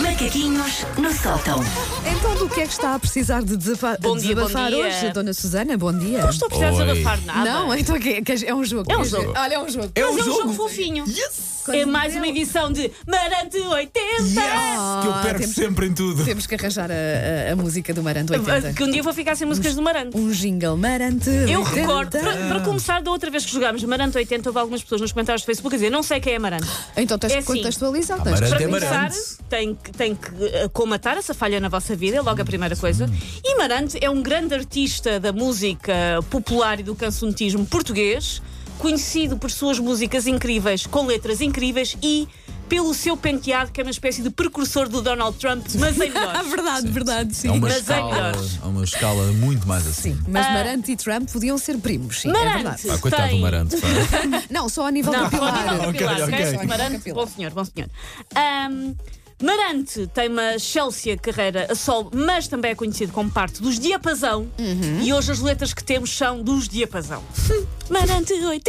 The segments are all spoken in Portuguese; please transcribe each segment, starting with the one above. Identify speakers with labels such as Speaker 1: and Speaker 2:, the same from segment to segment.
Speaker 1: Macaquinhos no sótão.
Speaker 2: Então, do que é que está a precisar de desafa-
Speaker 3: Bom dia,
Speaker 2: desabafar
Speaker 3: bom dia.
Speaker 2: hoje, Dona Susana? Bom dia.
Speaker 3: Não estou a precisar
Speaker 4: Oi.
Speaker 3: desabafar nada.
Speaker 2: Não, então que, que é um jogo.
Speaker 3: É um jogo.
Speaker 2: Olha, é um jogo.
Speaker 4: É
Speaker 3: Mas é um jogo fofinho.
Speaker 4: Yes!
Speaker 3: É mais uma edição de Marante 80.
Speaker 2: Ah,
Speaker 4: que eu perco
Speaker 2: temos-
Speaker 4: sempre em tudo.
Speaker 2: Temos que arranjar a, a- a música do Marante 80.
Speaker 3: Que um dia vou ficar sem músicas do Marante.
Speaker 2: Um jingle Marante.
Speaker 3: Eu
Speaker 2: 80.
Speaker 3: recordo, para, para começar, da outra vez que jogámos Marante 80, houve algumas pessoas nos comentários do Facebook a dizer: não sei quem é Marante.
Speaker 2: Então tens
Speaker 3: É
Speaker 2: que
Speaker 3: assim.
Speaker 2: contextualizar.
Speaker 4: Ah,
Speaker 2: tens que
Speaker 4: Marante
Speaker 3: Para
Speaker 4: é
Speaker 2: explicar.
Speaker 3: começar,
Speaker 4: Marante.
Speaker 3: tem que, tem que eh, comatar essa falha na vossa vida, é logo a primeira coisa. E Marante é um grande artista da música popular e do cancionismo português, conhecido por suas músicas incríveis, com letras incríveis e pelo seu penteado, que é uma espécie de precursor do Donald Trump, mas em melhor.
Speaker 2: Ah, verdade, verdade, sim.
Speaker 4: É uma,
Speaker 3: Mas é
Speaker 4: escala,
Speaker 3: melhor.
Speaker 4: é uma escala muito mais assim.
Speaker 2: Sim, mas Marante e Trump podiam ser primos, sim, é
Speaker 3: Ah. Marante
Speaker 2: verdade.
Speaker 4: Ah, coitado
Speaker 3: tem-
Speaker 4: do Marante. pá.
Speaker 2: Não, só a nível
Speaker 3: Não,
Speaker 2: do
Speaker 3: só a
Speaker 2: pilar.
Speaker 3: nível
Speaker 4: Ok,
Speaker 3: capilar.
Speaker 4: ok.
Speaker 3: Okay,
Speaker 2: Só a nível
Speaker 3: Marante,
Speaker 2: capilar.
Speaker 3: bom senhor, bom senhor. Ahm, Marante tem uma Chelsea carreira a solo, mas também é conhecido como parte dos Diapasão. E hoje as letras que temos são dos Diapasão. Marante 80.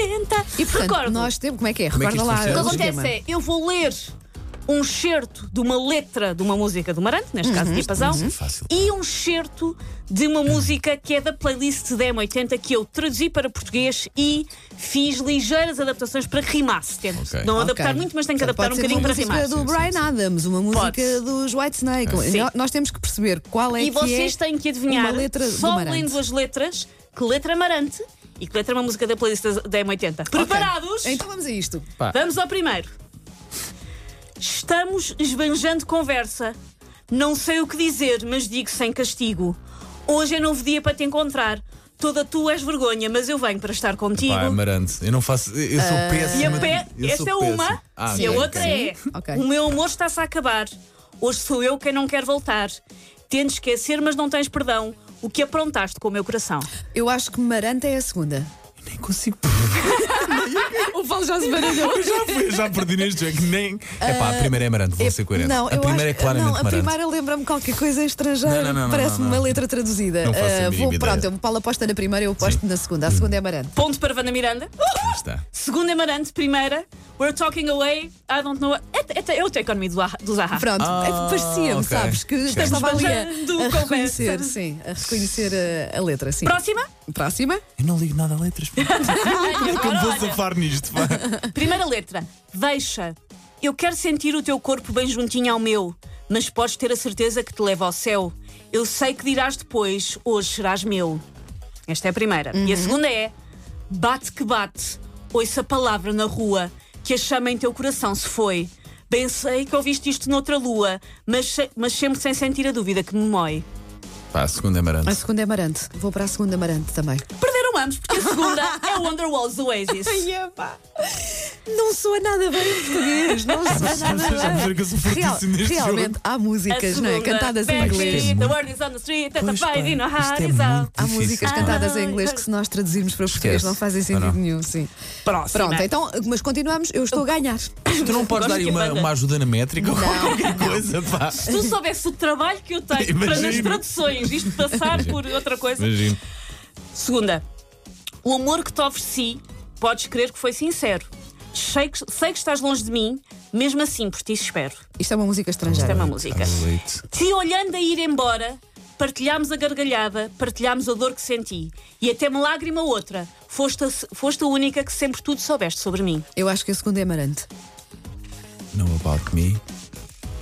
Speaker 2: E portanto,
Speaker 3: Recordo,
Speaker 2: nós temos. Como é que é?
Speaker 4: Como é que
Speaker 2: Recorda
Speaker 4: isto
Speaker 2: lá.
Speaker 3: o que
Speaker 4: funciona?
Speaker 2: o
Speaker 3: acontece
Speaker 2: esquema.
Speaker 3: é, eu vou ler um excerto de uma letra de uma música do Marante, neste caso
Speaker 2: Uhum.
Speaker 3: Diapasão,
Speaker 4: Fácil.
Speaker 3: e um excerto de uma música que é da playlist da M80 que eu traduzi para português e fiz ligeiras adaptações para que rimasse. Tento
Speaker 4: Ok.
Speaker 3: não
Speaker 2: Ok.
Speaker 3: adaptar muito, mas tenho que
Speaker 2: Portanto,
Speaker 3: adaptar um
Speaker 2: pode ser
Speaker 3: bocadinho para
Speaker 2: Uma
Speaker 3: rimar.
Speaker 2: música do
Speaker 4: Sim, sim,
Speaker 2: Brian Adams, uma música dos Whitesnake.
Speaker 3: Ah, Sim.
Speaker 2: No- Nós temos que perceber qual é
Speaker 3: E
Speaker 2: que
Speaker 3: vocês
Speaker 2: é
Speaker 3: têm que adivinhar,
Speaker 2: uma letra do
Speaker 3: só
Speaker 2: Marante.
Speaker 3: lendo as letras, que letra é Marante e que letra é uma música da playlist da M80.
Speaker 2: Ok.
Speaker 3: Preparados?
Speaker 2: Então vamos a isto.
Speaker 4: Pá,
Speaker 3: Vamos ao primeiro. Estamos esbanjando conversa. Não sei o que dizer, mas digo sem castigo. Hoje é novo dia para te encontrar. Toda tu és vergonha, mas eu venho para estar contigo.
Speaker 4: pá, Marante, eu não faço. Eu sou péssimo.
Speaker 3: Ah, E a pé,
Speaker 4: eu sou
Speaker 3: esta é uma
Speaker 4: péssimo. Ah,
Speaker 3: e a
Speaker 4: ok,
Speaker 3: outra
Speaker 4: ok.
Speaker 3: é:
Speaker 2: Ok.
Speaker 3: O meu amor está-se a acabar. Hoje sou eu quem não quer voltar. Tento esquecer, mas não tens perdão. O que aprontaste com o meu coração?
Speaker 2: Eu acho que Maranta é a segunda.
Speaker 4: Nem consigo.
Speaker 2: O Paulo já se baralhou.
Speaker 4: Eu já, fui, eu já perdi neste jogo. Nem.
Speaker 3: Ah,
Speaker 4: É pá, a primeira é Marante, vou ser coerente.
Speaker 2: Não,
Speaker 4: a
Speaker 2: eu
Speaker 4: primeira
Speaker 2: acho,
Speaker 4: é claramente
Speaker 2: não, a
Speaker 4: Marante.
Speaker 2: primeira lembra-me qualquer coisa estrangeira.
Speaker 4: Não, não, não, não,
Speaker 2: Parece-me
Speaker 4: não, não.
Speaker 2: uma letra traduzida.
Speaker 4: Não faço a
Speaker 2: Ah,
Speaker 4: mínima
Speaker 2: vou,
Speaker 4: ideia.
Speaker 2: pronto, o Paulo aposta na primeira, eu aposto na segunda. A segunda é Marante.
Speaker 3: Ponto para Vanda Miranda.
Speaker 4: Aí está.
Speaker 3: Segunda Amarante, primeira. We're talking away. I don't know. É, é, é o Take On Me do, Ah- do Zaha.
Speaker 2: Pronto,
Speaker 4: Ah,
Speaker 2: é- parecia-me,
Speaker 4: ok.
Speaker 2: sabes, que
Speaker 4: Estamos
Speaker 2: estava ali a,
Speaker 3: fazendo
Speaker 2: a reconhecer,
Speaker 3: conversa.
Speaker 2: sim, a reconhecer eh, a, a letra, sim.
Speaker 3: Próxima.
Speaker 2: Próxima?
Speaker 4: Eu não ligo nada a letras. pá.
Speaker 3: Ai,
Speaker 4: Como é que eu me
Speaker 3: agora,
Speaker 4: vou
Speaker 3: olha.
Speaker 4: safar nisto? pá?
Speaker 3: Primeira letra. Deixa. Eu quero sentir o teu corpo bem juntinho ao meu, mas podes ter a certeza que te leva ao céu. Eu sei que dirás depois, hoje serás meu. Esta é a primeira. E a segunda é: bate que bate, ouça a palavra na rua, que a chama em teu coração se foi. Bem sei que ouviste isto noutra lua, mas, se- mas sempre sem sentir a dúvida que me mói.
Speaker 4: Pá, a segunda é
Speaker 2: A
Speaker 4: Marante.
Speaker 2: segunda é Marante. Vou para a segunda Marante também.
Speaker 3: Perderam ambos, porque a segunda é Wonderwalls do Oasis.
Speaker 2: Não soa nada bem em português. Não soa nada
Speaker 4: Vocês já
Speaker 2: bem.
Speaker 4: perceberam que eu sou
Speaker 2: Real-
Speaker 4: fortíssimo neste jogo.
Speaker 2: realmente há
Speaker 3: A
Speaker 2: músicas, não
Speaker 3: segunda,
Speaker 2: é? Cantadas em
Speaker 3: Baby,
Speaker 2: inglês.
Speaker 4: Isto é
Speaker 3: The
Speaker 4: muito-
Speaker 3: word is on the street, and the
Speaker 4: Pois, pá,
Speaker 3: vibe in our heart
Speaker 4: isto é
Speaker 3: is out.
Speaker 4: muito
Speaker 2: Há
Speaker 4: difícil,
Speaker 2: músicas
Speaker 3: Ah.
Speaker 4: pá.
Speaker 2: cantadas
Speaker 3: Ai,
Speaker 2: em inglês que se nós traduzirmos para português
Speaker 4: Esquece.
Speaker 2: não fazem
Speaker 4: Não,
Speaker 2: sentido
Speaker 4: não.
Speaker 2: nenhum, sim.
Speaker 3: Próxima.
Speaker 2: Pronto, então, mas continuamos, eu estou a ganhar.
Speaker 4: Tu não
Speaker 3: Gosto
Speaker 4: podes dar aí
Speaker 3: que
Speaker 4: uma,
Speaker 3: manda.
Speaker 4: uma ajuda na métrica ou qualquer coisa, pá.
Speaker 3: Se tu soubesse o trabalho que eu tenho para nas
Speaker 4: Imagino.
Speaker 3: traduções, isto passar por outra coisa.
Speaker 4: Imagino.
Speaker 3: Segunda, o amor que te ofereci, podes crer que foi sincero. Sei que, sei que estás longe de mim, mesmo assim por ti espero.
Speaker 2: Isto é uma música
Speaker 3: Isto é
Speaker 2: estrangeira.
Speaker 3: uma música.
Speaker 4: Leite.
Speaker 3: Te olhando a ir embora, partilhámos a gargalhada, partilhámos a dor que senti. E até uma lágrima outra, foste a, foste a única que sempre tudo soubeste sobre mim.
Speaker 2: Eu acho que a segunda é Marante.
Speaker 4: No About Me.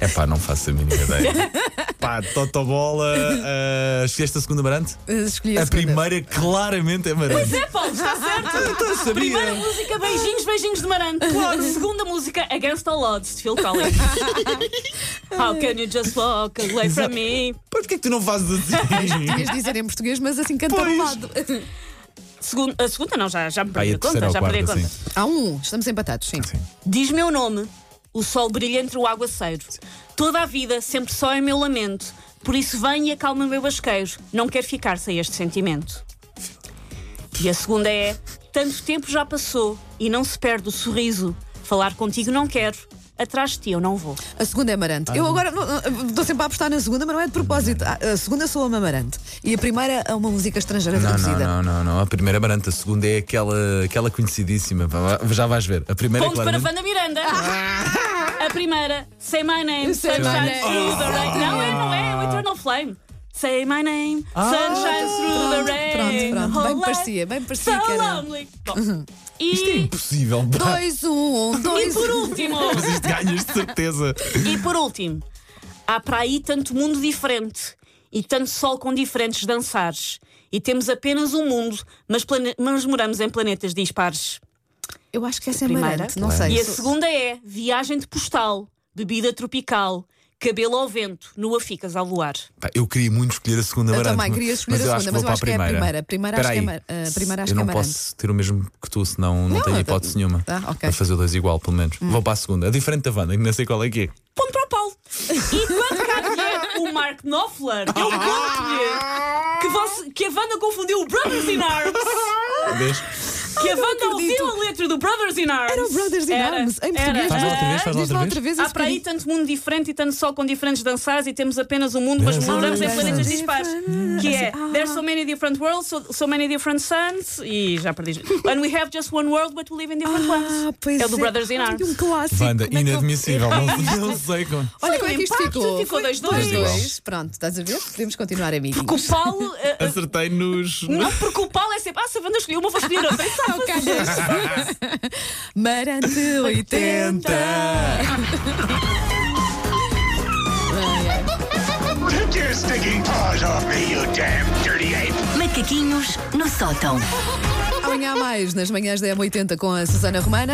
Speaker 4: É pá, não faço a mínima ideia. pá, Totobola. Uh, escolheste a segunda Marante?
Speaker 2: Eh, Escolhi a,
Speaker 4: A
Speaker 2: segunda.
Speaker 4: primeira claramente é Marante.
Speaker 3: Zé Paulo, está certo?
Speaker 4: Eu sabia.
Speaker 3: Primeira música, beijinhos, beijinhos de Marante. Segunda música, Against All Odds, de Phil Collins. How can you just walk away from me?
Speaker 4: Pá, porquê é que tu não fazes
Speaker 3: é
Speaker 4: assim?
Speaker 2: Tinhas de dizer em português, mas assim cantarolado.
Speaker 3: Segun- a segunda não, já, já me
Speaker 4: Pá, e
Speaker 3: perdi
Speaker 4: a
Speaker 3: a conta.
Speaker 4: terceira ou
Speaker 3: já perdi a
Speaker 4: quarta,
Speaker 3: conta.
Speaker 4: sim.
Speaker 2: Há um, estamos empatados, sim.
Speaker 3: Diz meu nome, o sol brilha entre o aguaceiro. Toda a vida sempre só é meu lamento. Por isso vem e acalma o meu basqueiro. Não quero ficar sem este sentimento. E a segunda é: tanto tempo já passou e não se perde o sorriso. Falar contigo não quero. Atrás de ti eu não vou.
Speaker 2: A segunda é Marante.
Speaker 4: Ah,
Speaker 2: eu agora não- não- estou sempre a apostar na segunda, mas não é de propósito. A a segunda sou uma Marante. E a primeira é uma música estrangeira
Speaker 4: Não,
Speaker 2: traduzida.
Speaker 4: não, não, não, não. A primeira é Marante, a segunda é aquela, aquela conhecidíssima. Vá- vá- Já vais ver. A primeira é
Speaker 3: Ponto para
Speaker 4: claramente.
Speaker 3: Vanda Miranda. A primeira, Say My Name,
Speaker 2: Say
Speaker 3: Sunshine
Speaker 2: My Name. Ah.
Speaker 3: Through the Rain. Não é, não é, é o Eternal Flame. Say My Name, Sunshine Through
Speaker 2: Ah, Pronto,
Speaker 3: the
Speaker 2: pronto,
Speaker 3: Rain.
Speaker 2: pronto. Bem
Speaker 3: Whole
Speaker 2: me parecia, bem me
Speaker 3: So
Speaker 2: parecia que era. Uhum. é
Speaker 3: lonely. Bom, e,
Speaker 4: Impossível, pá.
Speaker 2: 2, 1, 2,
Speaker 3: e por um. último,
Speaker 4: Isto ganhas de certeza.
Speaker 3: e por último, há para aí tanto mundo diferente e tanto sol com diferentes dançares. E temos apenas um mundo, mas, plane- mas moramos em planetas dispares.
Speaker 2: Eu acho que essa é
Speaker 3: Primeira.
Speaker 2: Amarante, não sei.
Speaker 3: E a segunda é viagem de postal, bebida tropical, cabelo ao vento, nua ficas ao voar.
Speaker 4: Pá, eu queria muito escolher a segunda
Speaker 2: Eu
Speaker 4: Amarante,
Speaker 2: também queria escolher
Speaker 4: mas
Speaker 2: a
Speaker 4: eu
Speaker 2: segunda,
Speaker 4: vou
Speaker 2: mas eu
Speaker 4: para
Speaker 2: acho que é a primeira. Primeira acho
Speaker 4: Espera
Speaker 2: que é
Speaker 4: aí.
Speaker 2: Amar- ah, primeira acho
Speaker 4: eu
Speaker 2: que é
Speaker 4: não
Speaker 2: Amarante.
Speaker 4: posso ter o mesmo que tu, senão não,
Speaker 2: Não,
Speaker 4: tenho
Speaker 2: eu-
Speaker 4: hipótese nenhuma.
Speaker 2: Ah, ok. Hum.
Speaker 4: Para fazer dois igual, pelo menos. Vou para a segunda. A diferente da Wanda, que não sei qual é que é.
Speaker 3: Ponto para o Paulo. E quando cá vier o Mark Knopfler, eu
Speaker 2: Ah.
Speaker 3: conto-lhe que, você- que a Wanda confundiu o Brothers in Arms.
Speaker 4: é. Vês?
Speaker 3: Que a
Speaker 2: não
Speaker 3: Wanda
Speaker 2: acredito.
Speaker 3: ouviu a letra do Brothers in Arms.
Speaker 2: Era o Brothers in
Speaker 3: Era,
Speaker 2: Arms, em
Speaker 3: era.
Speaker 2: português.
Speaker 4: Faz lá outra vez, faz lá
Speaker 2: Diz lá
Speaker 4: outra
Speaker 2: outra vez
Speaker 3: Há para aí tá.
Speaker 2: esse
Speaker 3: tanto mundo diferente e tanto sol com diferentes dançares e temos apenas um mundo, mas
Speaker 4: Danças
Speaker 3: moramos em
Speaker 4: diferentes.
Speaker 3: planetas dispares. Que é
Speaker 2: Ah.
Speaker 3: There's so many different worlds, so, so many different suns e já perdi. And we have just one world, but we live in different
Speaker 2: Ah,
Speaker 3: ones.
Speaker 2: pois
Speaker 3: é o do Brothers in
Speaker 2: Ai,
Speaker 3: Arms.
Speaker 2: um clássico.
Speaker 4: Wanda,
Speaker 2: Como é que eu-
Speaker 4: inadmissível. Não, não sei como.
Speaker 2: Olha como é que isto
Speaker 3: Empate,
Speaker 2: ficou.
Speaker 3: ficou dois,
Speaker 2: dois,
Speaker 4: dois.
Speaker 2: dois. Pronto, estás a ver? Podemos continuar, amiguinhos.
Speaker 3: Porque o Paulo. eh, eh,
Speaker 4: Acertei nos.
Speaker 3: não, porque o Paulo é sempre. Ah, se a Wanda escolheu uma, vou escolher outra. Então,
Speaker 2: Não calhas. Marante 80.
Speaker 1: Take your stinking paws off me, you damn dirty ape!
Speaker 5: Macaquinhos no sótão.
Speaker 2: Amanhã há mais nas manhãs da M80 com a Susana Romana.